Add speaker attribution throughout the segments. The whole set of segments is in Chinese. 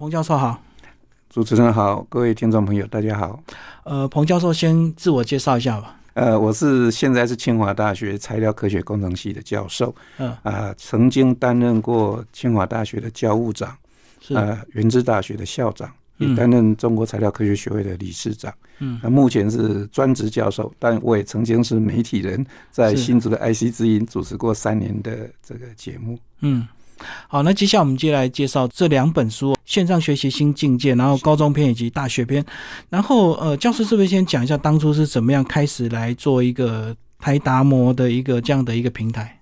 Speaker 1: 彭教授好，
Speaker 2: 主持人好，各位听众朋友，大家好。
Speaker 1: 呃，彭教授先自我介绍一下吧。
Speaker 2: 呃，我是现在是清华大学材料科学工程系的教授，
Speaker 1: 嗯
Speaker 2: 啊、曾经担任过清华大学的教务长，
Speaker 1: 是，
Speaker 2: 呃，原知大学的校长，
Speaker 1: 嗯
Speaker 2: 也担任中国材料科学学会的理事长。
Speaker 1: 嗯
Speaker 2: 那目前是专职教授，但我也曾经是媒体人，在
Speaker 1: 是
Speaker 2: 新竹的 IC 之音主持过三年的这个节目。
Speaker 1: 嗯，好，那接下来我们接下来介绍这两本书《线上学习新境界》，然后高中篇以及大学篇。然后呃，教师是不是先讲一下当初是怎么样开始来做一个台达摩的一个这样的一个平台？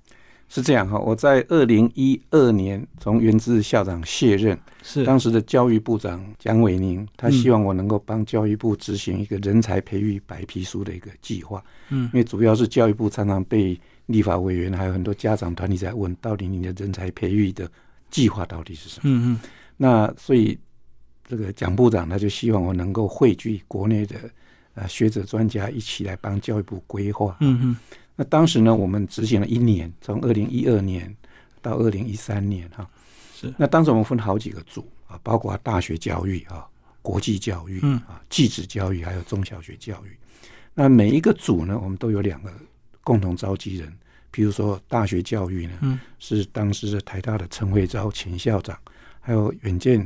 Speaker 2: 是这样哈，我在二零一二年从原知校长卸任，
Speaker 1: 是，
Speaker 2: 当时的教育部长蒋伟宁，他
Speaker 1: 嗯
Speaker 2: 希望我能够帮教育部执行一个人才培育白皮书的一个计划，
Speaker 1: 嗯
Speaker 2: 因为主要是教育部常常被立法委员还有很多家长团体在问，到底你的人才培育的计划到底是什么？
Speaker 1: 嗯嗯
Speaker 2: 那所以这个蒋部长他就希望我能够汇聚国内的呃学者专家一起来帮教育部规划。
Speaker 1: 嗯嗯，
Speaker 2: 那当时呢，我们执行了一年，从二零一二年到二零一三年哈、
Speaker 1: 是，
Speaker 2: 那当时我们分好几个组啊，包括大学教育啊、国际教育
Speaker 1: 嗯
Speaker 2: 啊、技职教育，还有中小学教育。那每一个组呢，我们都有两个共同召集人。比如说大学教育呢，
Speaker 1: 嗯
Speaker 2: 是当时的台大的陈惠昭前校长，还有《远见》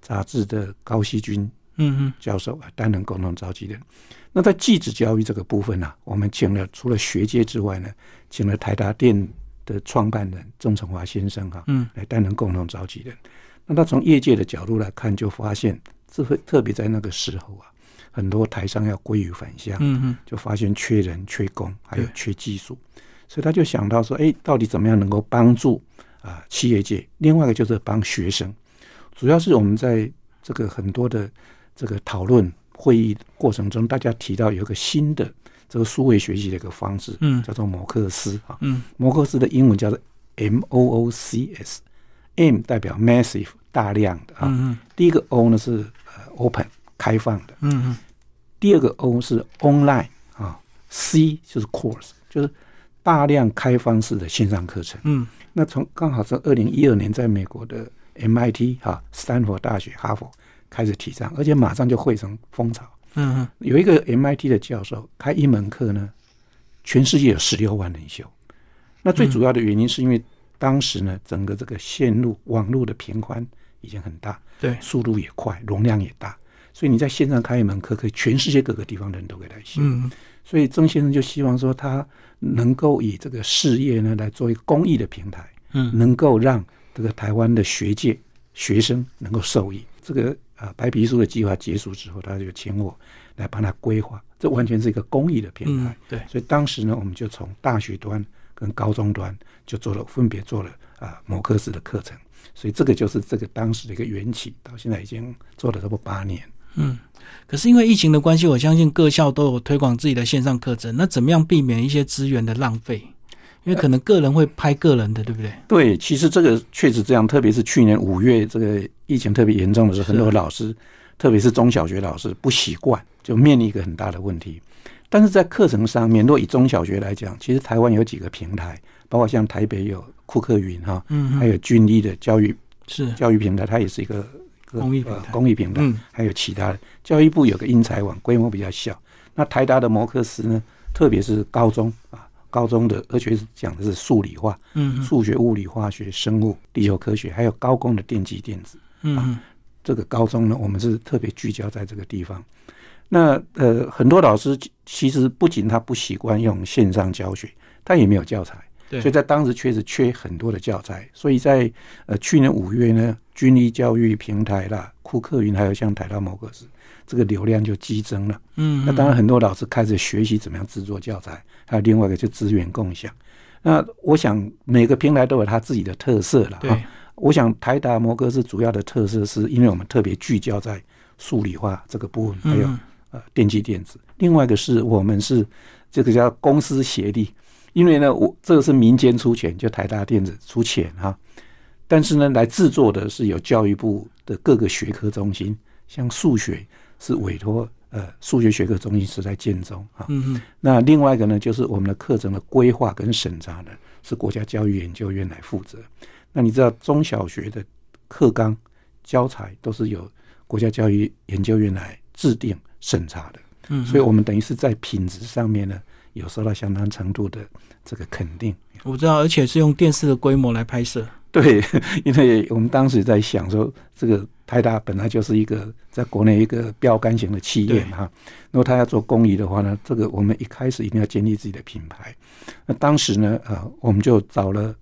Speaker 2: 杂志的高希军
Speaker 1: 嗯嗯
Speaker 2: 教授啊担任共同召集人。那在技职教育这个部分呢、我们请了除了学界之外呢，啊请了台达电的创办人郑成华先生哈、
Speaker 1: 嗯
Speaker 2: 来担任共同召集人。那他从业界的角度来看，就发现这会特别在那个时候啊，很多台商要归于返乡，啊
Speaker 1: 嗯嗯，
Speaker 2: 就发现缺人、缺工，还有
Speaker 1: 对
Speaker 2: 缺技术，所以他就想到说，哎，到底怎么样能够帮助啊、企业界？另外一个就是帮学生，主要是我们在这个很多的这个讨论会议过程中，大家提到有一个新的这个数位学习的一个方式，
Speaker 1: 嗯
Speaker 2: 叫做摩克斯啊，
Speaker 1: 嗯
Speaker 2: 摩克斯的英文叫做 M O O C S，M 代表 massive 大量的啊，
Speaker 1: 嗯
Speaker 2: 第一个 O 呢是呃 open 开放的，
Speaker 1: 嗯嗯
Speaker 2: 第二个 O 是 online 啊，C 就是 course，就是大量开放式的线上课程。
Speaker 1: 嗯
Speaker 2: 那从刚好从二零一二年在美国的 MIT 哈、斯坦福大学、哈佛开始提倡，而且马上就汇成风潮。
Speaker 1: 嗯
Speaker 2: 有一个 MIT 的教授开一门课呢，全世界有十六万人修。那最主要的原因是因为当时呢，整个这个线路网络的频宽已经很大，
Speaker 1: 对，
Speaker 2: 速度也快，容量也大，所以你在线上开一门课，可以全世界各个地方的人都可以来修。
Speaker 1: 嗯
Speaker 2: 所以曾先生就希望说，他能够以这个事业呢来做一个公益的平台，
Speaker 1: 嗯
Speaker 2: 能够让这个台湾的学界学生能够受益。这个啊白皮书的计划结束之后，他就请我来帮他规划，这完全是一个公益的平台
Speaker 1: 嗯。，对，
Speaker 2: 所以当时呢，我们就从大学端跟高中端就做了分别做了啊某科室的课程，所以这个就是这个当时的一个缘起，到现在已经做了差不多八年。
Speaker 1: 嗯，可是因为疫情的关系，我相信各校都有推广自己的线上课程。那怎么样避免一些资源的浪费？因为可能个人会拍个人的，对不对？
Speaker 2: 对，其实这个确实这样，特别是去年五月这个疫情特别严重的时候，
Speaker 1: 是
Speaker 2: 很多老师，特别是中小学老师不习惯，就面临一个很大的问题。但是在课程上面，若以中小学来讲，其实台湾有几个平台，包括像台北有库克云哈，
Speaker 1: 嗯，
Speaker 2: 还
Speaker 1: 有
Speaker 2: 有军医的教育
Speaker 1: 是，
Speaker 2: 教育平台，它也是一个一个
Speaker 1: 公益平
Speaker 2: 呃
Speaker 1: 台
Speaker 2: 公益平台，
Speaker 1: 嗯
Speaker 2: 还有其他的。教育部有个英才网，规模比较小。那台达的摩克斯呢，特别是高中啊，高中的而且是讲的是数理化，
Speaker 1: 嗯
Speaker 2: 数学、物理、化学、生物、地球科学，还有高工的电机电子。
Speaker 1: 嗯
Speaker 2: 这个高中呢，我们是特别聚焦在这个地方。那呃，很多老师其其实不仅他不习惯用线上教学，他也没有教材，
Speaker 1: 嗯对
Speaker 2: 所以在当时确实缺很多的教材。所以在呃去年五月呢，军医教育平台啦、库克云还有像台大某个是这个流量就激增了。
Speaker 1: 嗯，
Speaker 2: 那当然，很多老师开始学习怎么样制作教材，还有另外一个就资源共享。那我想每个平台都有它自己的特色了
Speaker 1: 对
Speaker 2: 哈。，我想台达摩哥是主要的特色，是因为我们特别聚焦在数理化这个部分，还有
Speaker 1: 嗯
Speaker 2: 呃电机电子。另外一个是我们是这个叫公司协力，因为呢，我这个是民间出钱，就台大电子出钱哈、但是呢，来制作的是有教育部的各个学科中心，像数学是委托呃数学学科中心是在建中啊。
Speaker 1: 嗯
Speaker 2: 那另外一个呢，就是我们的课程的规划跟审查呢，是国家教育研究院来负责。那你知道中小学的课纲教材都是由国家教育研究院来制定审查的，
Speaker 1: 嗯，
Speaker 2: 所以我们等于是在品质上面呢，有受到相当程度的这个肯定。
Speaker 1: 我知道，而且是用电视的规模来拍摄，
Speaker 2: 对，因为我们当时在想说，这个台达本来就是一个在国内一个标杆型的企业嘛哈，如果他要做公益的话呢，这个我们一开始一定要建立自己的品牌。那当时呢，呃，我们就找了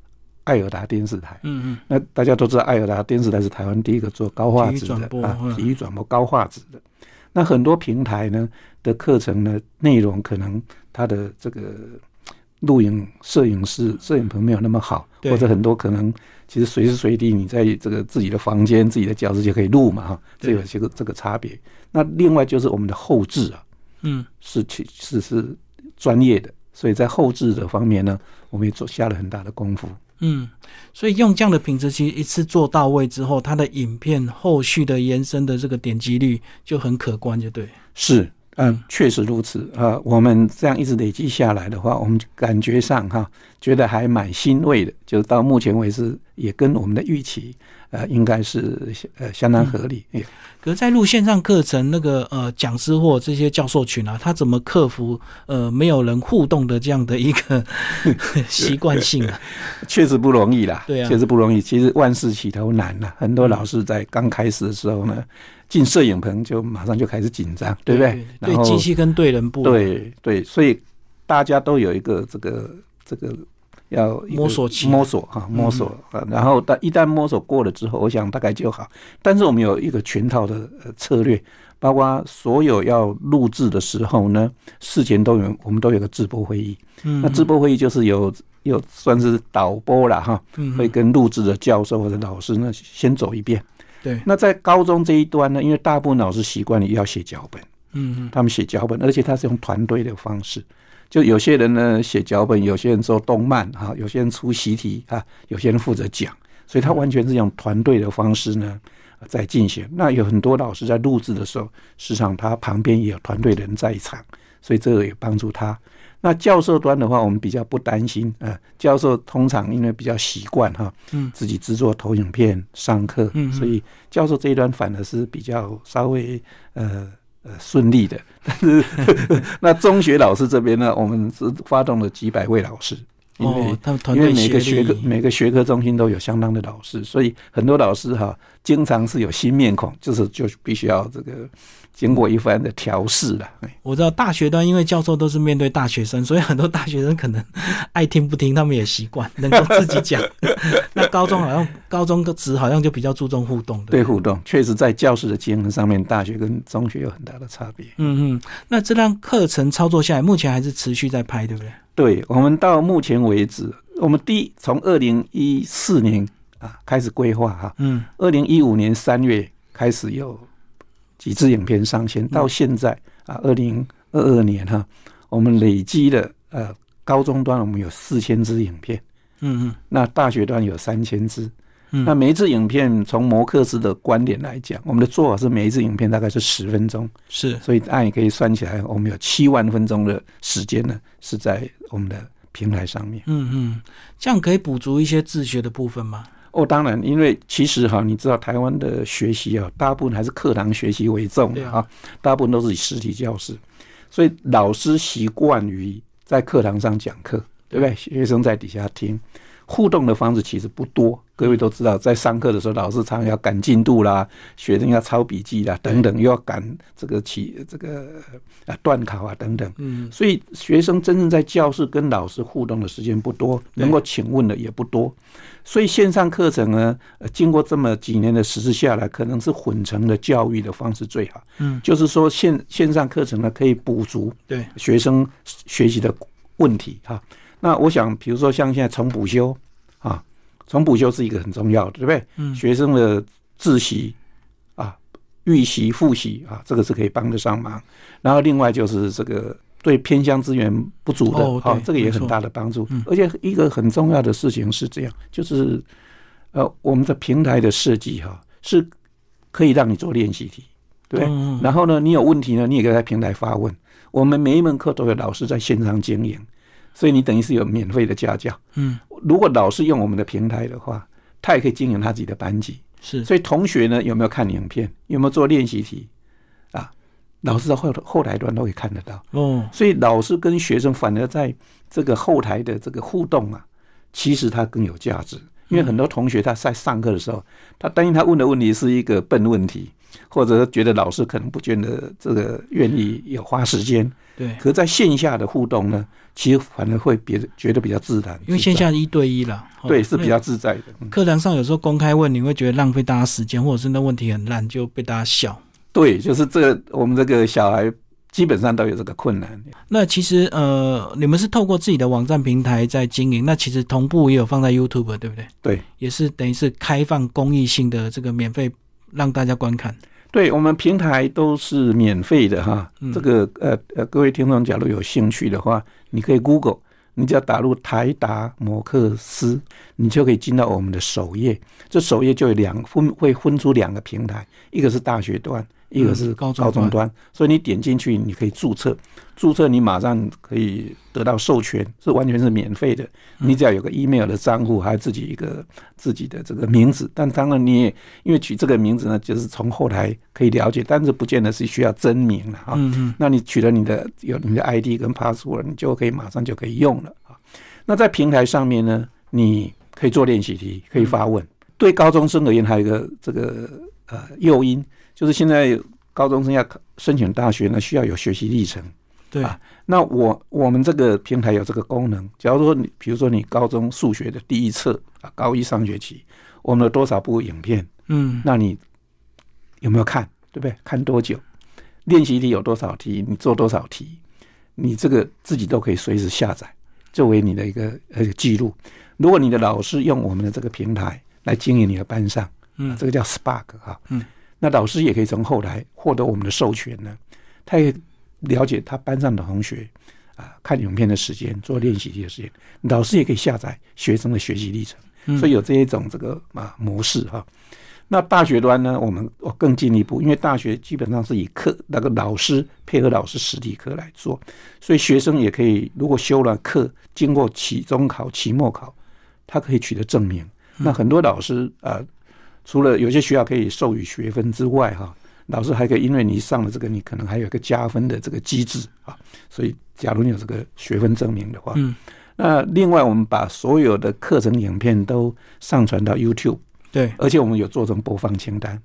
Speaker 2: 爱尔达电视台。
Speaker 1: 嗯
Speaker 2: 那大家都知道，爱尔达电视台是台湾第一个做高画质
Speaker 1: 体育转
Speaker 2: 的
Speaker 1: 播
Speaker 2: 啊
Speaker 1: 嗯，
Speaker 2: 体育转播高画质的。那很多平台呢的课程呢内容，可能它的这个录影摄影师、摄影棚没有那么好，
Speaker 1: 对
Speaker 2: 或者很多可能其实随时随地你在这个自己的房间、自己的教室就可以录嘛哈，这
Speaker 1: 对
Speaker 2: 有这个这个差别。那另外就是我们的后置啊，
Speaker 1: 嗯嗯，
Speaker 2: 是去是是专业的，所以在后置的方面呢，我们也做下了很大的功夫。
Speaker 1: 嗯，所以用这样的品质，其实一次做到位之后，它的影片后续的延伸的这个点击率就很可观，就对。
Speaker 2: 是，
Speaker 1: 嗯
Speaker 2: 嗯，确实如此。呃，我们这样一直累积下来的话，我们感觉上哈，觉得还蛮欣慰的，就是到目前为止也跟我们的预期，呃，应该是呃相当合理。也
Speaker 1: 可是，在录线上课程，那个呃讲师或这些教授群啊，他怎么克服呃没有人互动的这样的一 个习惯性啊？
Speaker 2: 确实不容易啦，
Speaker 1: 对啊
Speaker 2: 确实不容易。其实万事起头难啦，很多老师在刚开始的时候呢，进摄影棚就马上就开始紧张， 对不对？然
Speaker 1: 对
Speaker 2: 后
Speaker 1: 机器跟对人不一样，
Speaker 2: 对对，所以大家都有一个这个这个要一个
Speaker 1: 摸索期嗯
Speaker 2: 摸索哈，摸索啊。然后但一旦摸索过了之后，我想大概就好。但是我们有一个全套的呃策略，包括所有要录制的时候呢，事前都有我们都有个直播会议。
Speaker 1: 嗯，
Speaker 2: 那直播会议就是有有算是导播了哈，
Speaker 1: 嗯
Speaker 2: 会跟录制的教授或者老师呢先走一遍。
Speaker 1: 对，
Speaker 2: 那在高中这一端呢，因为大部分老师习惯于要写脚本。
Speaker 1: 嗯嗯
Speaker 2: 他们写脚本，而且他是用团队的方式。就有些人呢写脚本，有些人做动漫哈，有些人出习题哈，有些人负责讲，所以他完全是用团队的方式呢呃在进行。那有很多老师在录制的时候，时常他旁边也有团队的人在场，所以这个也帮助他。那教授端的话，我们比较不担心啊、呃教授通常因为比较习惯哈，
Speaker 1: 嗯
Speaker 2: 自己制作投影片上课，
Speaker 1: 嗯嗯
Speaker 2: 所以教授这一端反而是比较稍微呃呃顺利的。但是 那中学老师这边呢，我们是发动了几百位老师，因为、
Speaker 1: 哦，他们团
Speaker 2: 因为
Speaker 1: 队
Speaker 2: 每个
Speaker 1: 协
Speaker 2: 学科
Speaker 1: 力，
Speaker 2: 每个学科中心都有相当的老师，所以很多老师哈、经常是有新面孔，就是就必须要这个经过一番的调试了。哎
Speaker 1: 我知道大学端因为教授都是面对大学生， 所以很多大学生可能爱听不听，他们也习惯能够自己 讲。那高中好像高中的职好像就比较注重互动的。
Speaker 2: 对互动，确实在教室的经营上面，大学跟中学有很大的差别。
Speaker 1: 嗯嗯，那这段课程操作下来，目前还是持续在拍，对不对？
Speaker 2: 对我们到目前为止，我们第一从二零一四年啊开始规划哈，
Speaker 1: 嗯，
Speaker 2: 二零一五年三月开始有几支影片上线，到现在啊二零二二年哈、我们累积了呃高中端我们有四千支影片，
Speaker 1: 嗯嗯
Speaker 2: 那大学端有三千支。
Speaker 1: 嗯
Speaker 2: 那每一支影片，从摩克斯的观点来讲，我们的做法是每一支影片大概是十分钟，
Speaker 1: 是，
Speaker 2: 所以按也可以算起来，我们有七万分钟的时间呢是在我们的平台上面。
Speaker 1: 嗯嗯，这样可以补足一些自学的部分吗？
Speaker 2: 哦，当然，因为其实哈，你知道台湾的学习啊，大部分还是课堂学习为重
Speaker 1: 对
Speaker 2: 的
Speaker 1: 啊
Speaker 2: 哈、大部分都是以实体教室，所以老师习惯于在课堂上讲课，对不对？学生在底下听，互动的方式其实不多。各位都知道，在上课的时候，老师常常要赶进度啦，学生要抄笔记啦，等等，又要赶这个起这个啊断考啊等等。
Speaker 1: 嗯
Speaker 2: 所以学生真正在教室跟老师互动的时间不多，能够请问的也不多，所以线上课程呢，呃，经过这么几年的实施下来，可能是混成的教育的方式最好。
Speaker 1: 嗯，
Speaker 2: 就是说线线上课程呢，可以补足
Speaker 1: 对，
Speaker 2: 学生学习的问题哈。那我想，比如说像现在重补修啊，重补修是一个很重要的，对不对？
Speaker 1: 嗯
Speaker 2: 学生的自习啊、预习、复习啊，这个是可以帮得上忙。然后另外就是这个对偏乡资源不足的，
Speaker 1: 哦对
Speaker 2: 啊这个也
Speaker 1: 没
Speaker 2: 很
Speaker 1: 错
Speaker 2: 大的帮助
Speaker 1: 嗯。
Speaker 2: 而且一个很重要的事情是这样，就是呃，我们的平台的设计哈、是可以让你做练习题，对不对。
Speaker 1: 嗯嗯
Speaker 2: 然后呢，你有问题呢，你也可以在平台发问。我们每一门课都有老师在线上经营，所以你等于是有免费的家教。
Speaker 1: 嗯
Speaker 2: 如果老师用我们的平台的话，他也可以经营他自己的班级，
Speaker 1: 是
Speaker 2: 所以同学呢有没有看影片，有没有做练习题啊？老师到后后台端都可以看得到。
Speaker 1: 哦，
Speaker 2: 所以老师跟学生反而在这个后台的这个互动啊，其实它更有价值。因为很多同学他在上课的时候，他担心他问的问题是一个笨问题，或者觉得老师可能不觉得这个愿意有花时间。
Speaker 1: 对，
Speaker 2: 可在线下的互动呢，其实反而会别觉得比较自然，
Speaker 1: 因为线下一对一啦，哦
Speaker 2: 对是比。
Speaker 1: 那
Speaker 2: 较自在的。嗯
Speaker 1: 课堂上有时候公开问，你会觉得浪费大家时间，或者是那问题很烂，就被大家笑。
Speaker 2: 对，就是这个我们这个小孩基本上都有这个困难。
Speaker 1: 那其实呃，你们是透过自己的网站平台在经营，那其实同步也有放在 YouTube，对不对？
Speaker 2: 对，
Speaker 1: 也是等于是开放公益性的这个免费让大家观看。
Speaker 2: 对我们平台都是免费的哈，
Speaker 1: 嗯
Speaker 2: 这个呃呃，各位听众假如有兴趣的话，你可以 Google，你只要打入台达摩克斯，你就可以进到我们的首页。这首页就有两分会分出两个平台，一个是大学端，一个是
Speaker 1: 嗯高
Speaker 2: 高
Speaker 1: 中
Speaker 2: 中端。所以你点进去，你可以注册，注册你马上可以得到授权，是完全是免费的。你只要有个 email 的账户，还有自己一个自己的这个名字，但当然你也因为取这个名字呢，就是从后台可以了解，但是不见得是需要真名了啊。
Speaker 1: 嗯嗯，
Speaker 2: 那你取了你的有你的 ID 跟 password，你就可以马上就可以用了啊。那在平台上面呢，你可以做练习题，可以发问。对高中生而言，还有一个这个呃诱因，就是现在高中生要考申请大学呢，需要有学习历程。
Speaker 1: 对，
Speaker 2: 啊那我我们这个平台有这个功能，假如说你比如说你高中数学的第一册啊，高一上学期，我们有多少部影片？
Speaker 1: 嗯，
Speaker 2: 那你有没有看？对不对？看多久？练习题有多少题？你做多少题？你这个自己都可以随时下载，作为你的一个呃记录。如果你的老师用我们的这个平台来经营你的班上，
Speaker 1: 嗯
Speaker 2: 这个叫 Spark 哈，
Speaker 1: 嗯，
Speaker 2: 那老师也可以从后台获得我们的授权呢，他也了解他班上的同学啊，看影片的时间，做练习题的时间，老师也可以下载学生的学习历程，
Speaker 1: 嗯
Speaker 2: 所以有这一种这个啊模式哈、那大学端呢，我们我更进一步，因为大学基本上是以课那个老师配合老师实体课来做，所以学生也可以如果修了课，经过期中考、期末考，他可以取得证明。那很多老师啊、呃除了有些学校可以授予学分之外，哈，老师还可以因为你上了这个，你可能还有一个加分的这个机制啊。所以，假如你有这个学分证明的话，
Speaker 1: 嗯，
Speaker 2: 那另外我们把所有的课程影片都上传到 YouTube，
Speaker 1: 对，
Speaker 2: 而且我们有做成播放清单，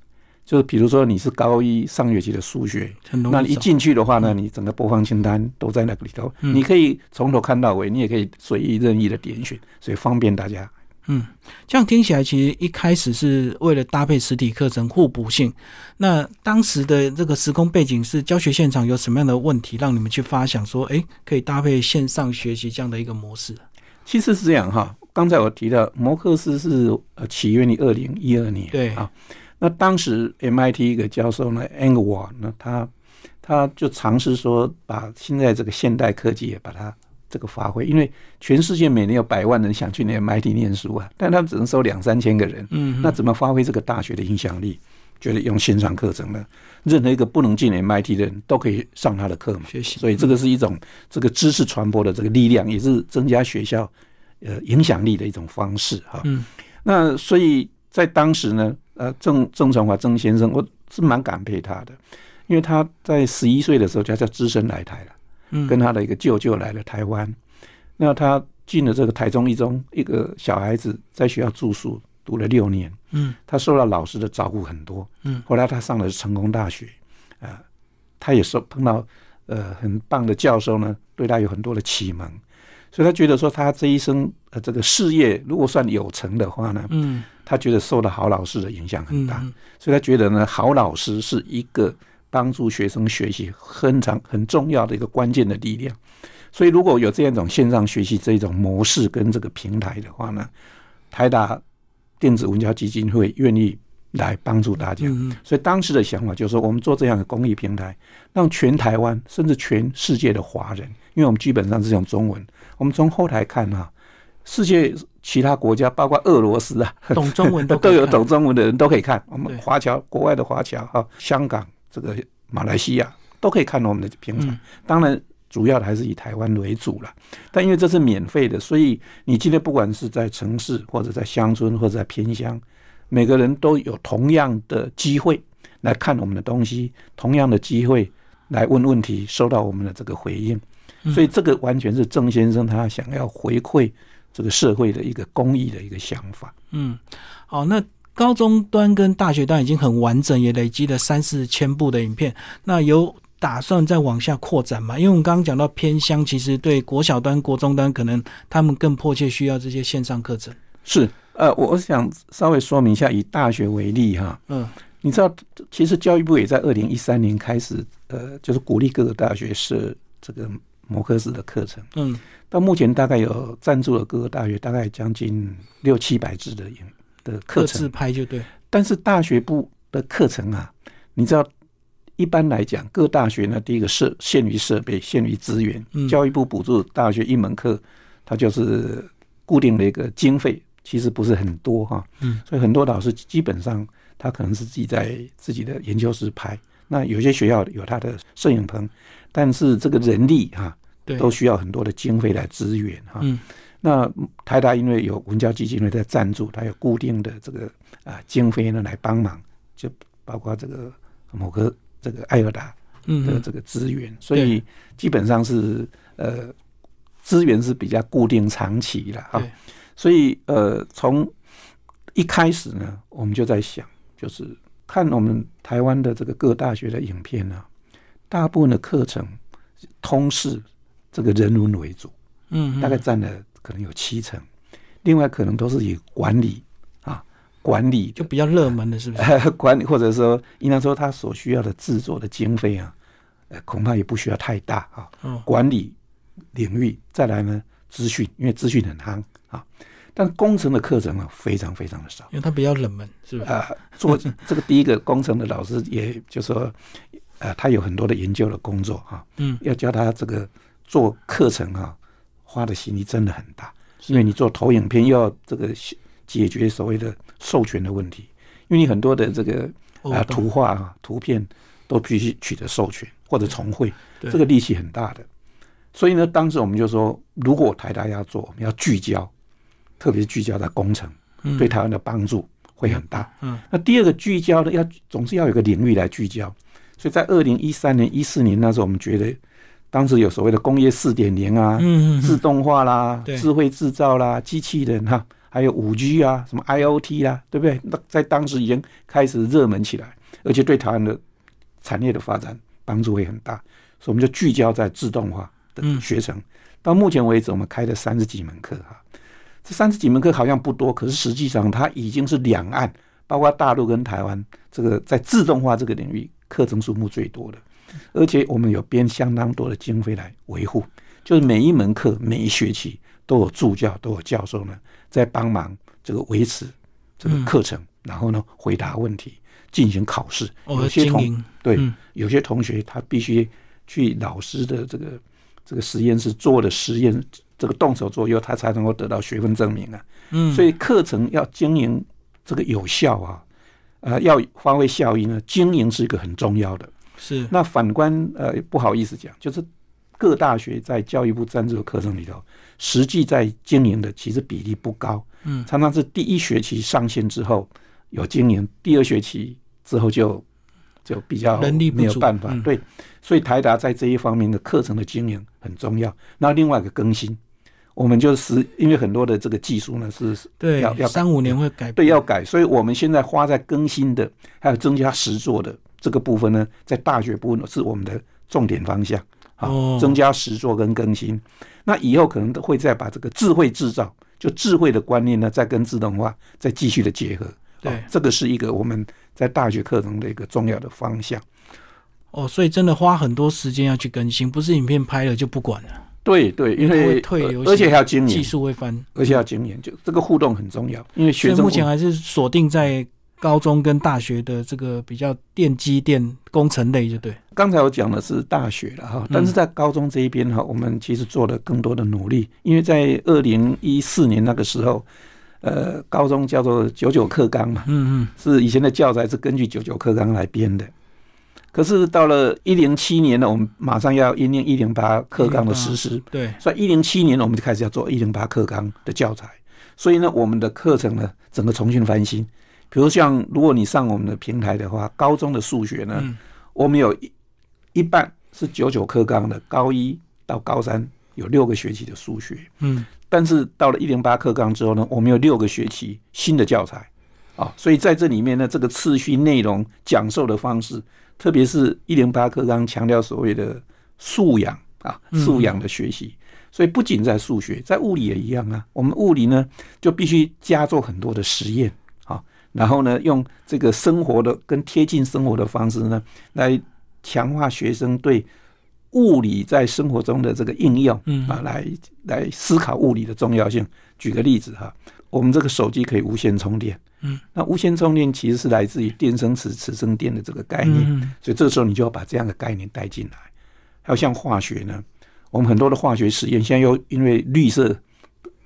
Speaker 2: 就是比如说你是高一上学期的数学，
Speaker 1: 很容易
Speaker 2: 那你一
Speaker 1: 找
Speaker 2: 进去的话呢，你整个播放清单都在那个里头，
Speaker 1: 嗯
Speaker 2: 你可以从头看到尾，你也可以随意任意的点选，所以方便大家。
Speaker 1: 嗯，这样听起来，其实一开始是为了搭配实体课程互补性。那当时的这个时空背景是教学现场有什么样的问题，让你们去发想说，诶，可以搭配线上学习这样的一个模式？
Speaker 2: 其实是这样哈，刚才我提到摩克斯是呃起源于二零一二年，
Speaker 1: 对
Speaker 2: 啊，那当时 MIT 一个教授呢 a n g w a r 呢，他他就尝试说把现在这个现代科技也把它这个发挥，因为全世界每年有百万人想去 MIT 念书啊，但他们只能收两三千个人，
Speaker 1: 嗯，
Speaker 2: 那怎么发挥这个大学的影响力？觉得用线上课程呢，任何一个不能进 MIT 的人都可以上他的课嘛，
Speaker 1: 学习，
Speaker 2: 所以这个是一种这个知识传播的这个力量，也是增加学校呃影响力的一种方式哈。
Speaker 1: 嗯，
Speaker 2: 那所以在当时呢，呃，郑郑传华郑先生，我是蛮感佩他的，因为他在十一岁的时候，他叫只身来台了，
Speaker 1: 嗯，
Speaker 2: 跟他的一个舅舅来了台湾。那他进了这个台中一中，一个小孩子在学校住宿读了六年，
Speaker 1: 嗯
Speaker 2: 他受到老师的照顾很多。
Speaker 1: 嗯，
Speaker 2: 后来他上了成功大学，啊、他也是碰到呃很棒的教授呢，对他有很多的启蒙，所以他觉得说他这一生呃这个事业如果算有成的话呢，
Speaker 1: 嗯
Speaker 2: 他觉得受到好老师的影响很
Speaker 1: 嗯
Speaker 2: 大，
Speaker 1: 嗯
Speaker 2: 所以他觉得呢，好老师是一个帮助学生学习很长很重要的一个关键的力量。所以如果有这样一种线上学习这种模式跟这个平台的话呢，台达电子文教基金会愿意来帮助大家。
Speaker 1: 嗯，
Speaker 2: 所以当时的想法就是说，我们做这样的公益平台，让全台湾甚至全世界的华人，因为我们基本上是用中文，我们从后台看啊，世界其他国家，包括俄罗斯啊，
Speaker 1: 懂中文都
Speaker 2: 都
Speaker 1: 可以
Speaker 2: 有
Speaker 1: 看
Speaker 2: 懂，中文的人都可以看。我们
Speaker 1: 对
Speaker 2: 华侨，国外的华侨哈，香港、这个马来西亚都可以看到我们的平台。
Speaker 1: 嗯
Speaker 2: 当然，主要的还是以台湾为主了。但因为这是免费的，所以你今天不管是在城市，或者在乡村，或者在偏乡，每个人都有同样的机会来看我们的东西，同样的机会来问问题，收到我们的这个回应。
Speaker 1: 嗯
Speaker 2: 所以这个完全是郑先生他想要回馈这个社会的一个公益的一个想法。
Speaker 1: 嗯，好，那高中端跟大学端已经很完整，也累积了三四千部的影片。那有打算再往下扩展吗？因为我们刚刚讲到偏乡，其实对国小端、国中端，可能他们更迫切需要这些线上课程。
Speaker 2: 是，呃，我想稍微说明一下，以大学为例哈，
Speaker 1: 嗯，
Speaker 2: 你知道，其实教育部也在二零一三年开始，呃，就是鼓励各个大学设这个摩克斯的课程。
Speaker 1: 嗯，
Speaker 2: 到目前大概有赞助了各个大学大概将近六七百支的演的课
Speaker 1: 各自
Speaker 2: 程，
Speaker 1: 拍就对。
Speaker 2: 但是大学部的课程啊，你知道，一般来讲，各大学呢，第一个设限于设备，限于资源，
Speaker 1: 嗯
Speaker 2: 教育部补助大学一门课，它就是固定的一个经费，其实不是很多哈、
Speaker 1: 嗯，
Speaker 2: 所以很多老师基本上他可能是自己在自己的研究室拍，那有些学校有他的摄影棚，但是这个人力哈、
Speaker 1: 对，
Speaker 2: 都需要很多的经费来支援哈。
Speaker 1: 嗯
Speaker 2: 那台达因为有文教基金会在赞助，它有固定的这个啊经费呢来帮忙，就包括这个某个这个艾尔达
Speaker 1: 嗯
Speaker 2: 的
Speaker 1: 嗯
Speaker 2: 这个资源，所以基本上是呃资源是比较固定长期了哈
Speaker 1: 对。
Speaker 2: 所以呃从一开始呢，我们就在想，就是看我们台湾的这个各大学的影片呢、大部分的课程通视这个人文为主。
Speaker 1: 嗯，嗯
Speaker 2: 大概占了可能有七成，另外可能都是以管理啊管理
Speaker 1: 就比较热门的，是不是？
Speaker 2: 呃 管理，或者说应当说他所需要的制作的经费啊，呃恐怕也不需要太大啊。
Speaker 1: 哦，
Speaker 2: 管理领域，再来呢资讯，因为资讯很夯啊，但工程的课程啊非常非常的少。
Speaker 1: 因为它比较冷门，是不是？
Speaker 2: 呃，做这个第一个工程的老师，也就说，呃，他有很多的研究的工作哈、
Speaker 1: 嗯，
Speaker 2: 要教他这个做课程啊，花的心力真的很大，因为你做投影片又要这个解决所谓的授权的问题，因为你很多的这个
Speaker 1: 哦
Speaker 2: 啊、
Speaker 1: 我懂
Speaker 2: 图画啊图片都必须取得授权或者重绘，
Speaker 1: 对
Speaker 2: 这个力气很大的。所以呢，当时我们就说，如果台大要做，我们要聚焦，特别是聚焦在工程，
Speaker 1: 嗯
Speaker 2: 对台湾的帮助会很大。
Speaker 1: 嗯
Speaker 2: 那第二个聚焦呢，要总是要有个领域来聚焦。所以在二零一三年、一四年那时候，我们觉得当时有所谓的工业四点零啊，
Speaker 1: 嗯嗯
Speaker 2: 自动化啦、
Speaker 1: 对
Speaker 2: 智慧制造啦、机器人哈、还有五 G 啊、什么 IOT 啦、对不对？那在当时已经开始热门起来，而且对台湾的产业的发展帮助会很大，所以我们就聚焦在自动化的
Speaker 1: 嗯
Speaker 2: 学程。到目前为止，我们开了三十几门课哈、这三十几门课好像不多，可是实际上它已经是两岸，包括大陆跟台湾这个在自动化这个领域课程数目最多的，而且我们有编相当多的经费来维护。就是每一门课每一学期都有助教都有教授呢在帮忙这个维持这个课程，然后呢回答问题，进行考试。
Speaker 1: 嗯哦
Speaker 2: 有些
Speaker 1: 经
Speaker 2: 同
Speaker 1: 营
Speaker 2: 对、
Speaker 1: 嗯
Speaker 2: 有些同学他必须去老师的这个这个实验室做的实验，这个动手做以后，他才能够得到学分证明啊。
Speaker 1: 嗯，
Speaker 2: 所以课程要经营这个有效啊，呃，要发挥效益呢，经营是一个很重要的。
Speaker 1: 是
Speaker 2: 那反观，呃，不好意思讲，就是各大学在教育部赞助的课程里头，实际在经营的其实比例不高，
Speaker 1: 嗯
Speaker 2: 常常是第一学期上线之后有经营，第二学期之后就就比较
Speaker 1: 人力不足
Speaker 2: 没有办法，
Speaker 1: 嗯
Speaker 2: 对，所以台达在这一方面的课程的经营很重要。那另外一个更新，我们就是因为很多的这个技术呢是
Speaker 1: 对
Speaker 2: 要，要
Speaker 1: 三五年会改
Speaker 2: 对，
Speaker 1: 变
Speaker 2: 要改。所以我们现在花在更新的，还有增加实作的这个部分呢，在大学部分是我们的重点方向。好、
Speaker 1: 哦
Speaker 2: 增加实作跟更新。那以后可能会再把这个智慧制造，就智慧的观念呢，再跟自动化再继续的结合。
Speaker 1: 对
Speaker 2: 哦这个是一个我们在大学课程的一个重要的方向。
Speaker 1: 哦，所以真的花很多时间要去更新，不是影片拍了就不管了，
Speaker 2: 对对，因
Speaker 1: 它
Speaker 2: 为呃
Speaker 1: 会退流行
Speaker 2: 而且还要经
Speaker 1: 技
Speaker 2: 营，
Speaker 1: 术会翻。
Speaker 2: 而且要经营，就这个互动很重要。因为
Speaker 1: 所
Speaker 2: 学
Speaker 1: 以
Speaker 2: 生
Speaker 1: 目前还是锁定在高中跟大学的这个比较电机电工程类，就对。
Speaker 2: 刚才我讲的是大学了哈，但是在高中这一边哈，我们其实做了更多的努力，因为在二零一四年那个时候，呃，高中叫做九九课纲嘛，
Speaker 1: 嗯嗯，
Speaker 2: 是以前的教材是根据九九课纲来编的。可是到了一零七年呢，我们马上要因应一零八课纲的实施，
Speaker 1: 对，
Speaker 2: 所以一零七年我们就开始要做一零八课纲的教材，所以呢，我们的课程呢整个重新翻新，比如像如果你上我们的平台的话，高中的数学呢，
Speaker 1: 嗯
Speaker 2: 我们有一一半是九九课纲的，高一到高三有六个学期的数学，
Speaker 1: 嗯，
Speaker 2: 但是到了一零八课纲之后呢，我们有六个学期新的教材啊、所以在这里面呢，这个次序、内容、讲授的方式，特别是一零八课纲强调所谓的素养啊，
Speaker 1: 嗯
Speaker 2: 素养的学习。所以不仅在数学，在物理也一样啊。我们物理呢，就必须加做很多的实验啊，然后呢，用这个生活的跟贴近生活的方式呢，来强化学生对物理在生活中的这个应用，
Speaker 1: 嗯
Speaker 2: 啊，来来思考物理的重要性。举个例子哈，我们这个手机可以无线充电，
Speaker 1: 嗯，
Speaker 2: 那无线充电其实是来自于电生磁磁生电的这个概念，
Speaker 1: 嗯
Speaker 2: 所以这时候你就要把这样的概念带进来。还有像化学呢，我们很多的化学实验现在又因为绿色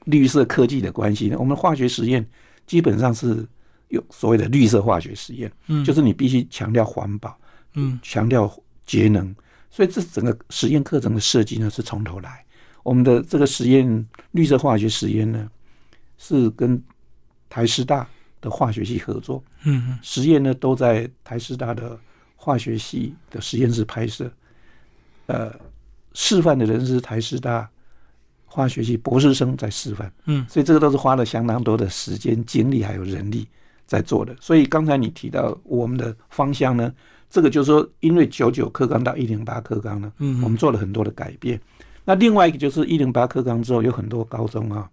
Speaker 2: 绿色科技的关系呢，我们的化学实验基本上是有所谓的绿色化学实验，
Speaker 1: 嗯
Speaker 2: 就是你必须强调环保，
Speaker 1: 嗯
Speaker 2: 强调节能，所以这整个实验课程的设计呢是从头来。我们的这个实验绿色化学实验呢，是跟台师大的化学系合作，
Speaker 1: 嗯
Speaker 2: 实验呢都在台师大的化学系的实验室拍摄。呃，示范的人是台师大化学系博士生在示范，
Speaker 1: 嗯
Speaker 2: 所以这个都是花了相当多的时间、精力还有人力在做的。所以刚才你提到我们的方向呢，这个就是说，因为九九课纲到一零八课纲呢，
Speaker 1: 嗯
Speaker 2: 我们做了很多的改变。那另外一个就是一零八课纲之后，有很多高中啊，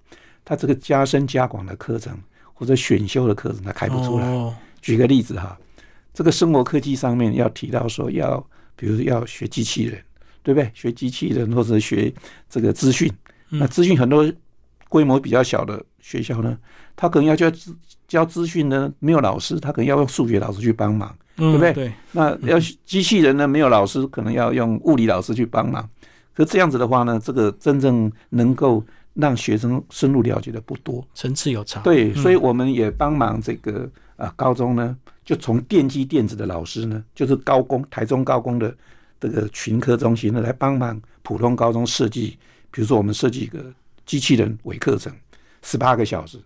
Speaker 2: 它这个加深加广的课程或者选修的课程，它开不出来。
Speaker 1: 哦
Speaker 2: 举个例子哈，这个生活科技上面要提到说要，比如说要学机器人，对不对？学机器人或者学这个资讯，
Speaker 1: 嗯
Speaker 2: 那资讯很多规模比较小的学校呢，他可能要教资教资讯呢，没有老师，他可能要用数学老师去帮忙。
Speaker 1: 嗯
Speaker 2: 对不对
Speaker 1: 对，
Speaker 2: 那要机器人呢，没有老师，可能要用物理老师去帮忙。可这样子的话呢，这个真正能够让学生深入了解的不多。
Speaker 1: 层次有差。嗯
Speaker 2: 对，所
Speaker 1: 以
Speaker 2: 以我们也帮忙这个呃高中呢，就从电机电子的老师呢，就是高工台中高工的这个群科中心呢，来帮忙普通高中设计，比如说我们设计一个机器人微课程，十八个小时。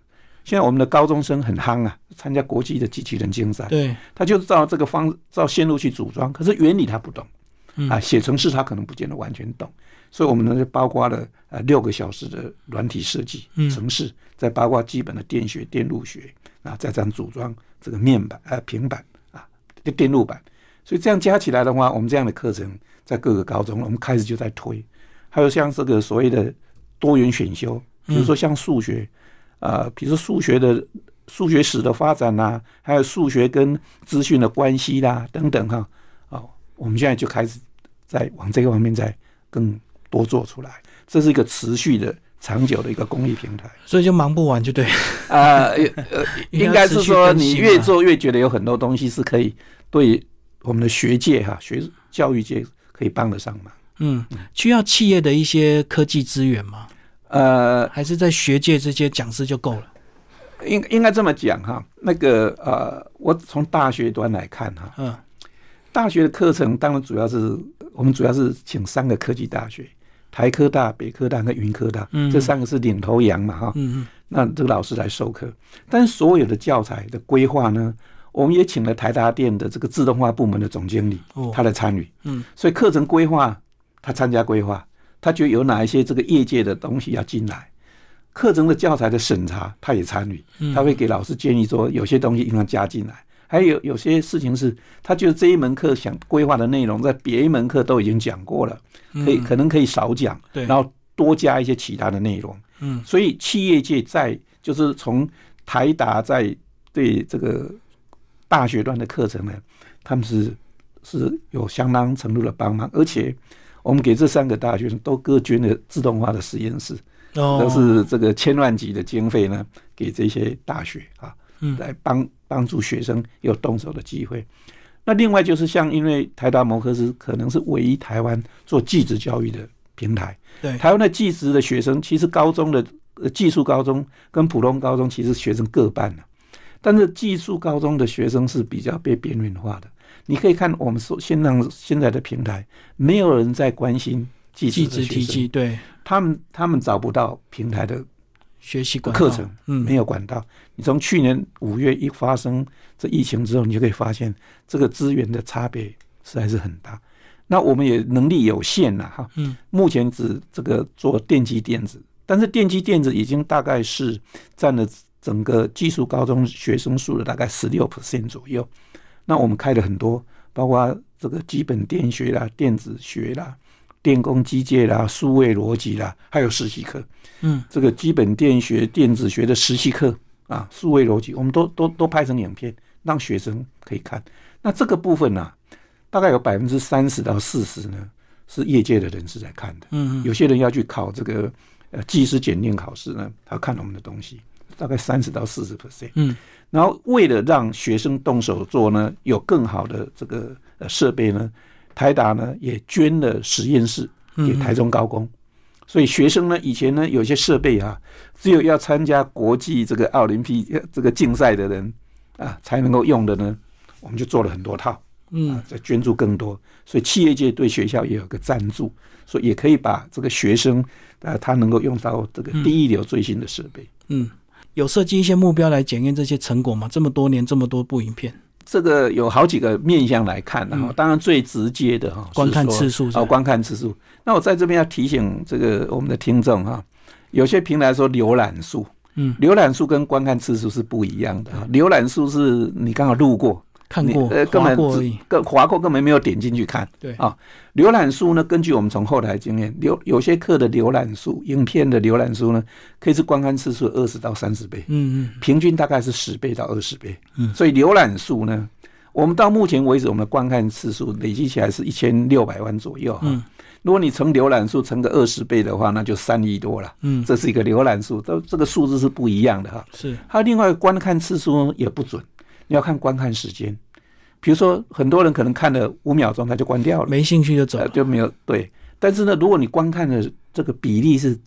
Speaker 2: 现在我们的高中生很夯啊，参加国际的机器人竞赛，
Speaker 1: 对，
Speaker 2: 他就照这个方照线路去组装，可是原理他不懂
Speaker 1: 嗯
Speaker 2: 啊，写程式他可能不见得完全懂，所以我们呢就包括了呃六个小时的软体设计
Speaker 1: 嗯
Speaker 2: 程式，再包括基本的电学、电路学啊，再这样组装这个面板呃平板啊电电路板，所以这样加起来的话，我们这样的课程在各个高中我们开始就在推，还有像这个所谓的多元选修，比如说像数学，啊，比如说数学的数学史的发展呐、还有数学跟资讯的关系啦、等等哈、哦，我们现在就开始在往这个方面在更多做出来，这是一个持续的、长久的一个公益平台。
Speaker 1: 所以就忙不完，就对。
Speaker 2: 啊、呃，呃 应该是说你
Speaker 1: 应
Speaker 2: 越
Speaker 1: 该持续更新嘛
Speaker 2: 做越觉得有很多东西是可以对我们的学界哈、学教育界可以帮得上忙。
Speaker 1: 嗯，需要企业的一些科技资源吗？
Speaker 2: 呃，
Speaker 1: 还是在学界这些讲师就够了？
Speaker 2: 应应该这么讲哈，那个呃，我从大学端来看哈，
Speaker 1: 嗯
Speaker 2: 大学的课程当然主要是我们主要是请三个科技大学，台科大、北科大跟云科大，
Speaker 1: 嗯
Speaker 2: 这三个是领头羊嘛哈。
Speaker 1: 嗯嗯
Speaker 2: 那这个老师来授课，但是所有的教材的规划呢，我们也请了台达电的这个自动化部门的总经理，
Speaker 1: 哦
Speaker 2: 他来参与。
Speaker 1: 嗯，
Speaker 2: 所以课程规划他参加规划，他觉得有哪一些这个业界的东西要进来，课程的教材的审查他也参与，
Speaker 1: 嗯
Speaker 2: 他会给老师建议说有些东西应该加进来，还有有些事情是他觉得这一门课想规划的内容在别一门课都已经讲过了，可以
Speaker 1: 嗯
Speaker 2: 可能可以少讲，
Speaker 1: 对
Speaker 2: 然后多加一些其他的内容。
Speaker 1: 嗯
Speaker 2: 所以企业界在就是从台达在对这个大学段的课程呢，他们是是有相当程度的帮忙，而且我们给这三个大学生都各捐了自动化的实验室，
Speaker 1: 哦
Speaker 2: 都是这个千万级的经费呢，给这些大学啊，
Speaker 1: 嗯
Speaker 2: 来帮帮助学生有动手的机会。那另外就是像，因为台达摩科斯可能是唯一台湾做技职教育的平台，
Speaker 1: 对
Speaker 2: 台湾的技职的学生，其实高中的呃技术高中跟普通高中其实学生各半了、但是技术高中的学生是比较被边缘化的。你可以看我们说现在现在的平台，没有人在关心技职
Speaker 1: 技
Speaker 2: 的
Speaker 1: 职
Speaker 2: 学
Speaker 1: 体
Speaker 2: 生，
Speaker 1: 系对
Speaker 2: 他们他们找不到平台的
Speaker 1: 学习管道
Speaker 2: 课程，
Speaker 1: 嗯
Speaker 2: 没有管道。你从去年五月一发生这疫情之后，你就可以发现这个资源的差别实在是很大。那我们也能力有限了哈，
Speaker 1: 嗯，
Speaker 2: 目前只这个做电机电子，但是电机电子已经大概是占了整个技术高中学生数的大概十六 percent 左右。那我们开了很多，包括这个基本电学啦、电子学啦、电工机械啦、数位逻辑啦，还有实习课。
Speaker 1: 嗯，
Speaker 2: 这个基本电学、电子学的实习课啊，数位逻辑，我们都都都拍成影片，让学生可以看。那这个部分呢、大概有百分之三十到四十呢，是业界的人士在看的。
Speaker 1: 嗯
Speaker 2: 有些人要去考这个呃技师检定考试呢，他看我们的东西，大概三十到四十 percent。
Speaker 1: 嗯
Speaker 2: 然后为了让学生动手做呢，有更好的这个呃设备呢，台达呢也捐了实验室
Speaker 1: 嗯
Speaker 2: 给台中高工。所以学生呢，以前呢有些设备啊，只有要参加国际这个奥林匹呃这个竞赛的人啊才能够用的呢，我们就做了很多套。
Speaker 1: 嗯
Speaker 2: 啊，再捐助更多。所以企业界对学校也有个赞助，所以也可以把这个学生啊，他能够用到这个第一流最新的设备。
Speaker 1: 嗯，有设计一些目标来检验这些成果嘛？这么多年，这么多部影片，
Speaker 2: 这个有好几个面向来看然后当然最直接的哈，是
Speaker 1: 嗯
Speaker 2: 说
Speaker 1: 观看次数是吧
Speaker 2: 哦，观看次数。那我在这边要提醒这个我们的听众哈，有些平台说浏览数，
Speaker 1: 嗯，
Speaker 2: 浏览数跟观看次数是不一样的哈。浏览数是你刚好路过，
Speaker 1: 看
Speaker 2: 你
Speaker 1: 过、
Speaker 2: 呃，根
Speaker 1: 划
Speaker 2: 本
Speaker 1: 过
Speaker 2: 只
Speaker 1: 而已。
Speaker 2: 根划过根本没有点进去看。
Speaker 1: 对
Speaker 2: 啊，浏览数呢，根据我们从后台经验，浏有些课的浏览数，影片的浏览数呢，可以是观看次数二十到三十倍，
Speaker 1: 嗯嗯
Speaker 2: 平均大概是十倍到二十倍。
Speaker 1: 嗯
Speaker 2: 所以浏览数呢，我们到目前为止，我们的观看次数累积起来是一千六百万左右啊。
Speaker 1: 嗯
Speaker 2: 如果你乘浏览数乘个二十倍的话，那就三亿多了。
Speaker 1: 嗯，
Speaker 2: 这是一个浏览数，这这个数字是不一样的哈。
Speaker 1: 是
Speaker 2: 还有另外观看次数也不准，你要看观看时间。比如说，很多人可能看了五秒钟他就关掉了，
Speaker 1: 没兴趣就走
Speaker 2: 呃
Speaker 1: 了。
Speaker 2: 就没有对。但是呢，如果你观看的这个比例是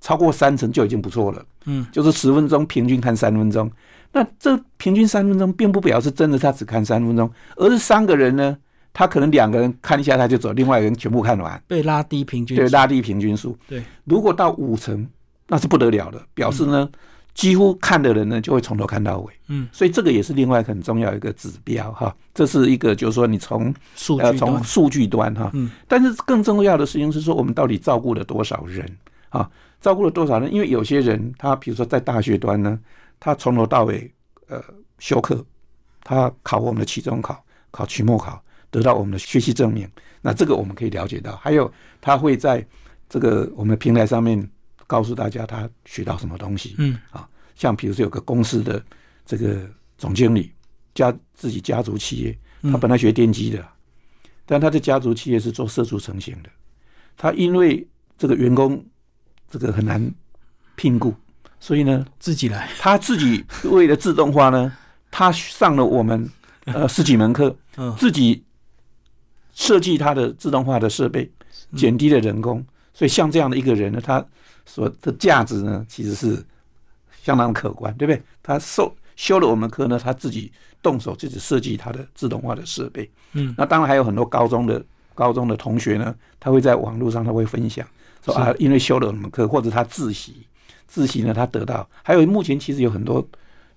Speaker 2: 超过三成，就已经不错了。
Speaker 1: 嗯，
Speaker 2: 就是十分钟平均看三分钟，那这平均三分钟并不表示真的他只看三分钟，而是三个人呢，他可能两个人看一下他就走，另外一个人全部看完。
Speaker 1: 被拉低平均
Speaker 2: 对，
Speaker 1: 值
Speaker 2: 拉低平均数。
Speaker 1: 对，
Speaker 2: 如果到五成，那是不得了的，表示呢，几乎看的人呢就会从头看到尾。
Speaker 1: 嗯，
Speaker 2: 所以这个也是另外一个很重要的一个指标哈，这是一个就是说你从
Speaker 1: 数
Speaker 2: 呃
Speaker 1: 据
Speaker 2: 从
Speaker 1: 端。
Speaker 2: 数据端哈，
Speaker 1: 嗯，
Speaker 2: 但是更重要的事情是说我们到底照顾了多少人啊？照顾了多少人？因为有些人他比如说在大学端呢，他从头到尾呃修课，他考我们的期中考，考期末考，得到我们的学习证明，那这个我们可以了解到。还有他会在这个我们的平台上面告诉大家他学到什么东西。
Speaker 1: 嗯
Speaker 2: 啊，像比如说有个公司的这个总经理家自己家族企业，他本来学电机的，但他的家族企业是做社畜成型的，他因为这个员工这个很难聘雇，所以呢，
Speaker 1: 自己来。
Speaker 2: 他自己为了自动化呢，他上了我们呃十几门课，
Speaker 1: 嗯
Speaker 2: 自己设计他的自动化的设备，减低了人工，所以像这样的一个人呢，他所的价值呢，其实是相当可观，对不对？他受修了我们课呢，他自己动手自己设计他的自动化的设备。
Speaker 1: 嗯，
Speaker 2: 那当然还有很多高中的高中的同学呢，他会在网络上他会分享说啊，因为修了我们课，或者他自习，自习呢他得到，还有目前其实有很多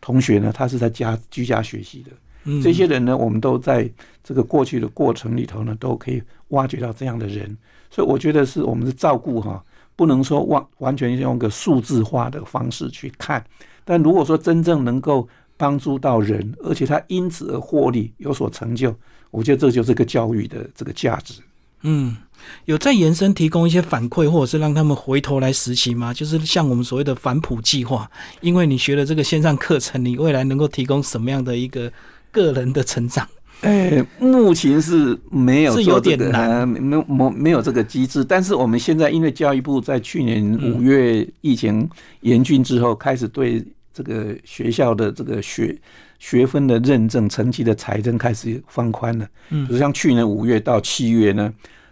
Speaker 2: 同学呢，他是在家居家学习的。
Speaker 1: 嗯
Speaker 2: 这些人呢，我们都在这个过去的过程里头呢，都可以挖掘到这样的人，所以我觉得是我们是照顾哈，不能说完完全用个数字化的方式去看，但如果说真正能够帮助到人，而且他因此而获利有所成就，我觉得这就是个教育的这个价值。
Speaker 1: 嗯，有在延伸提供一些反馈，或者是让他们回头来实习吗？就是像我们所谓的反哺计划，因为你学了这个线上课程，你未来能够提供什么样的一个个人的成长？
Speaker 2: 哎，目前是没有
Speaker 1: 是
Speaker 2: 做
Speaker 1: 有
Speaker 2: 这个
Speaker 1: 点难
Speaker 2: 呃没有没没有这个机制。但是我们现在因为教育部在去年
Speaker 1: 嗯
Speaker 2: 五月疫情严峻之后，开始对这个学校的这个学学分的认证、成绩的财政开始放宽了。
Speaker 1: 嗯
Speaker 2: 比如像去年五月到七月呢，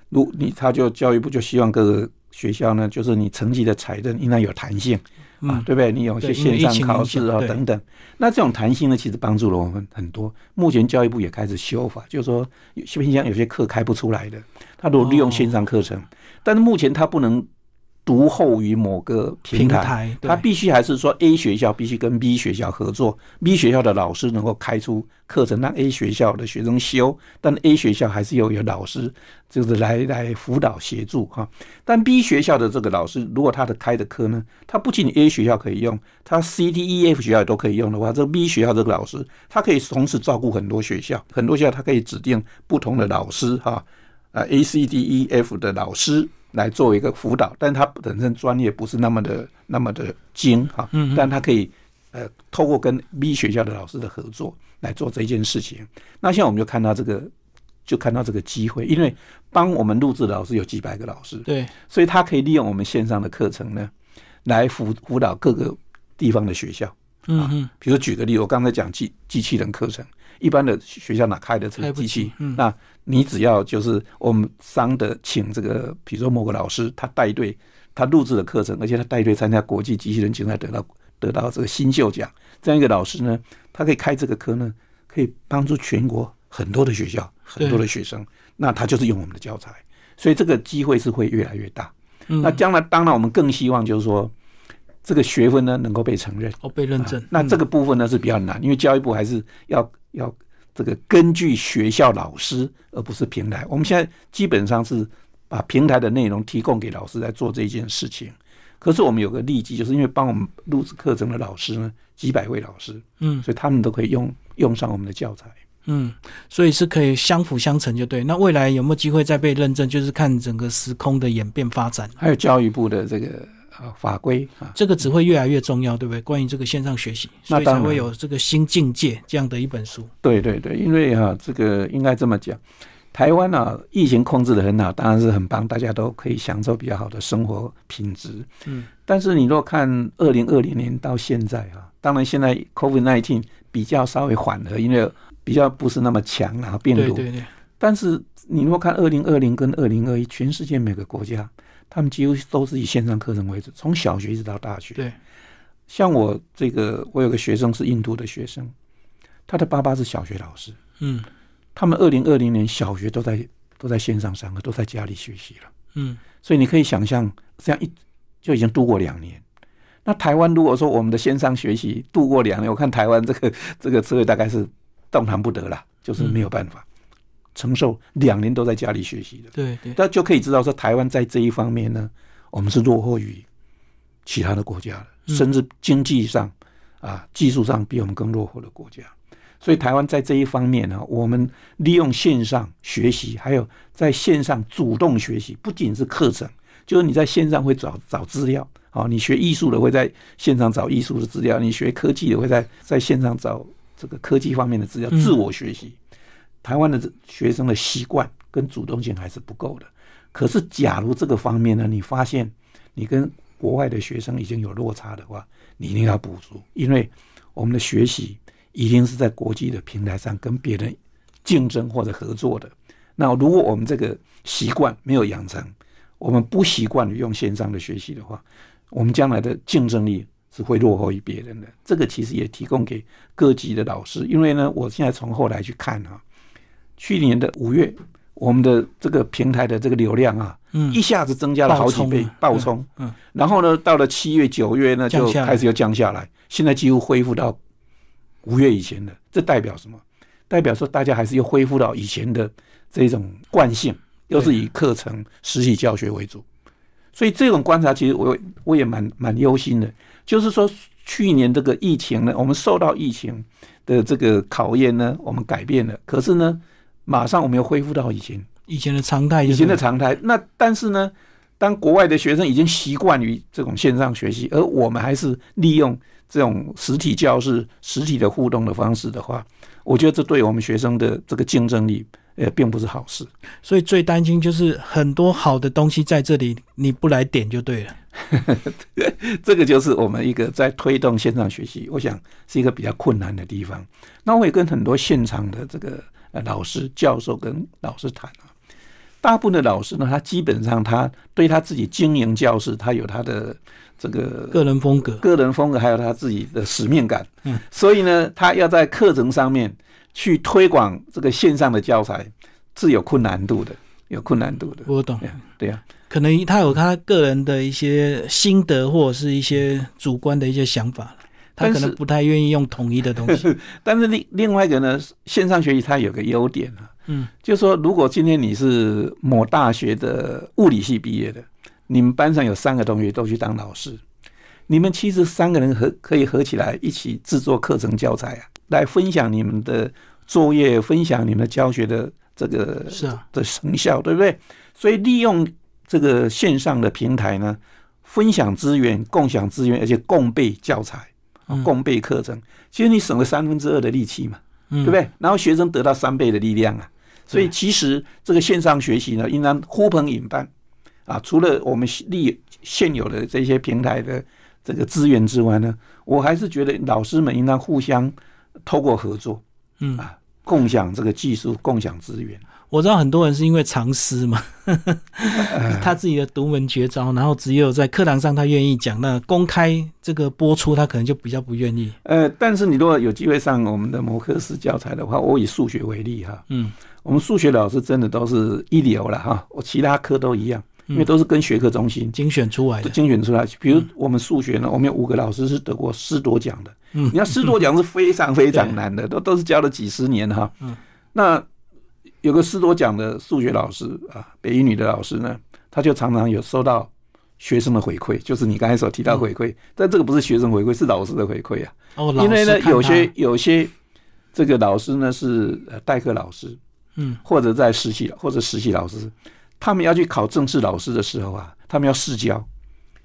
Speaker 2: 如你他就教育部就希望各个学校呢，就是你成绩的财政应该有弹性。啊，
Speaker 1: 嗯
Speaker 2: 对不对？你有一些
Speaker 1: 对因为
Speaker 2: 线
Speaker 1: 疫
Speaker 2: 上
Speaker 1: 情
Speaker 2: 考
Speaker 1: 影
Speaker 2: 试
Speaker 1: 响
Speaker 2: 啊
Speaker 1: 对
Speaker 2: 等等，那这种弹性呢，其实帮助了我们很多。目前教育部也开始修法，就是说，有些偏向有些课开不出来的，他如果利用线上课程，但是目前他不能独厚于某个平
Speaker 1: 平
Speaker 2: 台，
Speaker 1: 台对
Speaker 2: 它必须还是说 A 学校必须跟 B 学校合作，B 学校的老师能够开出课程让 A 学校的学生修，但 A 学校还是要有老师就是来来辅导协助哈。但 B 学校的这个老师，如果他的开的课呢，他不仅 A 学校可以用，他 C、D、E、F 学校也都可以用的话，这个 B 学校这个老师，他可以同时照顾很多学校，很多学校他可以指定不同的老师哈。啊 A C D E F 的老师来做一个辅导，但他本身专业不是那么的那么的精哈，但他可以呃透过跟 B 学校的老师的合作来做这件事情。那现在我们就看到这个，就看到这个机会，因为帮我们录制的老师有几百个老师，
Speaker 1: 对，
Speaker 2: 所以他可以利用我们线上的课程呢，来辅辅导各个地方的学校。
Speaker 1: 嗯嗯，
Speaker 2: 比如举个例，我刚才讲机机器人课程，一般的学校哪开的这
Speaker 1: 开
Speaker 2: 个
Speaker 1: 不
Speaker 2: 机
Speaker 1: 起嗯
Speaker 2: 器？那你只要就是我们商的请这个，比如说某个老师，他带队，他录制的课程，而且他带队参加国际机器人竞赛，得到得到这个新秀奖，这样一个老师呢，他可以开这个科呢，可以帮助全国很多的学校、很多的学生，那他就是用我们的教材，所以这个机会是会越来越大。
Speaker 1: 嗯
Speaker 2: 那将来当然我们更希望就是说，这个学分呢能够被承认。
Speaker 1: 哦，被认证。
Speaker 2: 啊那这
Speaker 1: 嗯
Speaker 2: 个部分呢是比较难，因为教育部还是要要这个根据学校老师，而不是平台。我们现在基本上是把平台的内容提供给老师来做这件事情。可是我们有个利基，就是因为帮我们录制课程的老师呢，几百位老师，
Speaker 1: 嗯
Speaker 2: 所以他们都可以用用上我们的教材。
Speaker 1: 嗯，所以是可以相辅相成，就对。那未来有没有机会再被认证，就是看整个时空的演变发展。
Speaker 2: 还有教育部的这个呃法规啊，
Speaker 1: 这个只会越来越重要，对不对？关于这个线上学习，
Speaker 2: 那
Speaker 1: 所以
Speaker 2: 当
Speaker 1: 才
Speaker 2: 然
Speaker 1: 会有这个新境界这样的一本书。
Speaker 2: 对对对，因为哈、这个应该这么讲，台湾啊，疫情控制的很好，当然是很棒，大家都可以享受比较好的生活品质。
Speaker 1: 嗯，
Speaker 2: 但是你若看二零二零年到现在啊，当然现在 COVID nineteen 比较稍微缓和，因为比较不是那么强啊病毒。
Speaker 1: 对对对，
Speaker 2: 但是你若看二零二零跟二零二一，全世界每个国家，他们几乎都是以线上课程为主，从小学一直到大学。
Speaker 1: 对，
Speaker 2: 像我这个，我有个学生是印度的学生，他的爸爸是小学老师。
Speaker 1: 嗯
Speaker 2: 他们二零二零年小学都在都在线上上课，都在家里学习了。
Speaker 1: 嗯
Speaker 2: 所以你可以想象，这样一就已经度过两年。那台湾如果说我们的线上学习度过两年，我看台湾这个 这个词汇大概是动弹不得了，就是没有办法承受两年都在家里学习的。
Speaker 1: 对对，
Speaker 2: 那就可以知道说，台湾在这一方面呢，我们是落后于其他的国家的，
Speaker 1: 嗯
Speaker 2: 甚至经济上啊、技术上比我们更落后的国家。所以，台湾在这一方面呢、我们利用线上学习，还有在线上主动学习，不仅是课程，就是你在线上会找找资料。啊，你学艺术的会在线上找艺术的资料，你学科技的会在在线上找这个科技方面的资料，
Speaker 1: 嗯
Speaker 2: 自我学习。台湾的这学生的习惯跟主动性还是不够的。可是，假如这个方面呢，你发现你跟国外的学生已经有落差的话，你一定要补足，因为我们的学习一定是在国际的平台上跟别人竞争或者合作的。那如果我们这个习惯没有养成，我们不习惯于用线上的学习的话，我们将来的竞争力是会落后于别人的。这个其实也提供给各级的老师，因为呢，我现在从后来去看哈、去年的五月，我们的这个平台的这个流量啊，
Speaker 1: 嗯
Speaker 2: 一下子增加了好几倍，
Speaker 1: 暴
Speaker 2: 暴
Speaker 1: 冲
Speaker 2: 冲。
Speaker 1: 嗯嗯
Speaker 2: 然后呢，到了七月、九月呢，
Speaker 1: 降
Speaker 2: 就
Speaker 1: 下来
Speaker 2: 开始又降下来，现在几乎恢复到五月以前的。这代表什么？代表说大家还是又恢复到以前的这种惯性，又是以课程实习教学为主。所以这种观察，其实我我也蛮蛮忧心的。就是说，去年这个疫情呢，我们受到疫情的这个考验呢，我们改变了。可是呢，马上我们又恢复到以前
Speaker 1: 以前的常态，
Speaker 2: 以前的，常态。那但是呢，当国外的学生已经习惯于这种线上学习，而我们还是利用这种实体教室、实体的互动的方式的话，我觉得这对我们学生的这个竞争力，呃，并不是好事。
Speaker 1: 所以最担心就是很多好的东西在这里，你不来点就对了。
Speaker 2: 这个就是我们一个在推动线上学习，我想是一个比较困难的地方。那我也跟很多现场的这个呃老师、教授跟老师谈啊，大部分的老师呢，他基本上他对他自己经营教室，他有他的这个
Speaker 1: 个人风格，
Speaker 2: 个人风格，还有他自己的使命感。
Speaker 1: 嗯，
Speaker 2: 所以呢，他要在课程上面去推广这个线上的教材是有困难度的。有困难度的。
Speaker 1: 我懂，
Speaker 2: 对呀、
Speaker 1: 可能他有他个人的一些心得或者是一些主观的一些想法，他
Speaker 2: 但
Speaker 1: 可能
Speaker 2: 是
Speaker 1: 不太愿意用统一的东 西。
Speaker 2: 但是另另外一个呢，线上学习它有个优点啊，
Speaker 1: 嗯，
Speaker 2: 就是说如果今天你是某大学的物理系毕业的，你们班上有三个同学都去当老师，你们其实三个人合可以合起来一起制作课程教材啊，来分享你们的作业，分享你们的教学的这个
Speaker 1: 是啊，
Speaker 2: 的成效，对不对？所以利用这个线上的平台呢，分享资源、共享资源，而且共备教材、
Speaker 1: 嗯
Speaker 2: 共备课程，其实你省了三分之二的力气嘛，
Speaker 1: 嗯
Speaker 2: 对不对？然后学生得到三倍的力量啊。所以其实这个线上学习呢，应当呼朋引伴啊。除了我们利现有的这些平台的这个资源之外呢，我还是觉得老师们应当互相透过合作
Speaker 1: 嗯，
Speaker 2: 啊，共享这个技术，共享资源。
Speaker 1: 我知道很多人是因为藏私 嘛，呃他自己的独门绝招，然后只有在课堂上他愿意讲，那公开这个播出他可能就比较不愿意。
Speaker 2: 呃，但是你如果有机会上我们的摩克斯教材的话，我以数学为例哈，
Speaker 1: 嗯，
Speaker 2: 我们数学老师真的都是一流了哈，我其他科都一样，
Speaker 1: 嗯
Speaker 2: 因为都是跟学科中心
Speaker 1: 精选出来
Speaker 2: 都
Speaker 1: 的，
Speaker 2: 精选出来。比如我们数学呢，我们有五个老师是得过师铎奖的，
Speaker 1: 嗯
Speaker 2: 你看师铎奖是非常非常难的，都都是教了几十年哈，
Speaker 1: 嗯，
Speaker 2: 那有个师铎奖的数学老师啊，北一女的老师呢，他就常常有收到。学生的回馈就是你刚才所提到回馈，
Speaker 1: 嗯
Speaker 2: 但这个不是学生回馈，是老师的回馈啊。
Speaker 1: 哦，老
Speaker 2: 因
Speaker 1: 师
Speaker 2: 为呢
Speaker 1: 看，他
Speaker 2: 有些有些这个老师呢是呃代课老师，
Speaker 1: 嗯，
Speaker 2: 或者在实习或者实习老师，他们要去考正式老师的时候啊，他们要试教，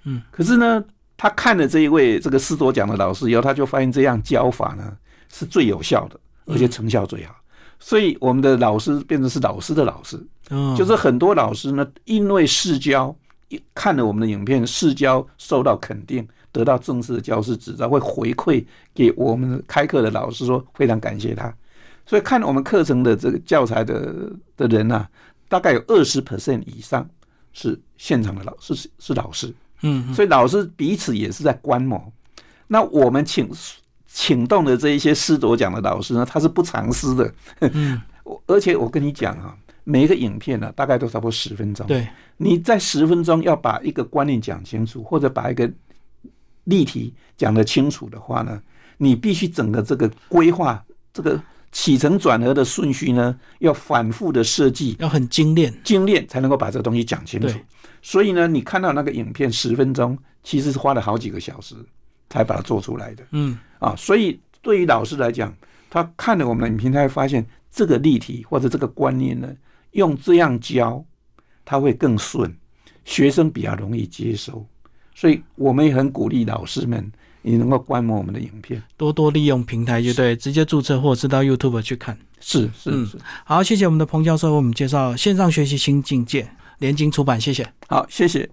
Speaker 1: 嗯，
Speaker 2: 可是呢，他看了这一位这个师铎奖的老师以后，他就发现这样教法呢是最有效的，而
Speaker 1: 嗯
Speaker 2: 且成效最好。所以我们的老师变成是老师的老师，
Speaker 1: 嗯
Speaker 2: 就是很多老师呢，因为试教，一看了我们的影片试教，受到肯定，得到正式的教师执照，会回馈给我们开课的老师说非常感谢他。所以看我们课程的这个教材的的人呐、大概有二十 percent 以上是现场的老师，是是老师，
Speaker 1: 嗯
Speaker 2: 所以老师彼此也是在观摩。那我们请请动的这一些师铎奖的老师呢，他是不藏私的，
Speaker 1: 嗯，
Speaker 2: 我而且我跟你讲啊，每一个影片呢、大概都差不多十分钟。，
Speaker 1: 嗯对，
Speaker 2: 你在十分钟要把一个观念讲清楚，或者把一个例题讲得清楚的话呢，你必须整个这个规划、这个起承转合的顺序呢，要反复的设计、
Speaker 1: 要很精炼，
Speaker 2: 精炼，才能够把这个东西讲清楚
Speaker 1: 对。
Speaker 2: 所以呢，你看到那个影片十分钟，其实是花了好几个小时才把它做出来的。
Speaker 1: 嗯
Speaker 2: 啊，所以对于老师来讲，他看了我们的影片，他会发现这个例题或者这个观念呢，用这样教，他会更顺，学生比较容易接收。所以我们也很鼓励老师们，你能够观摩我们的影片。
Speaker 1: 多多利用平台就对，直接注册或者是到 YouTube 去看。
Speaker 2: 是
Speaker 1: 嗯
Speaker 2: 是是，
Speaker 1: 好，谢谢我们的彭教授为我们介绍线上学习新境界，联经出版，谢谢。
Speaker 2: 好，谢谢。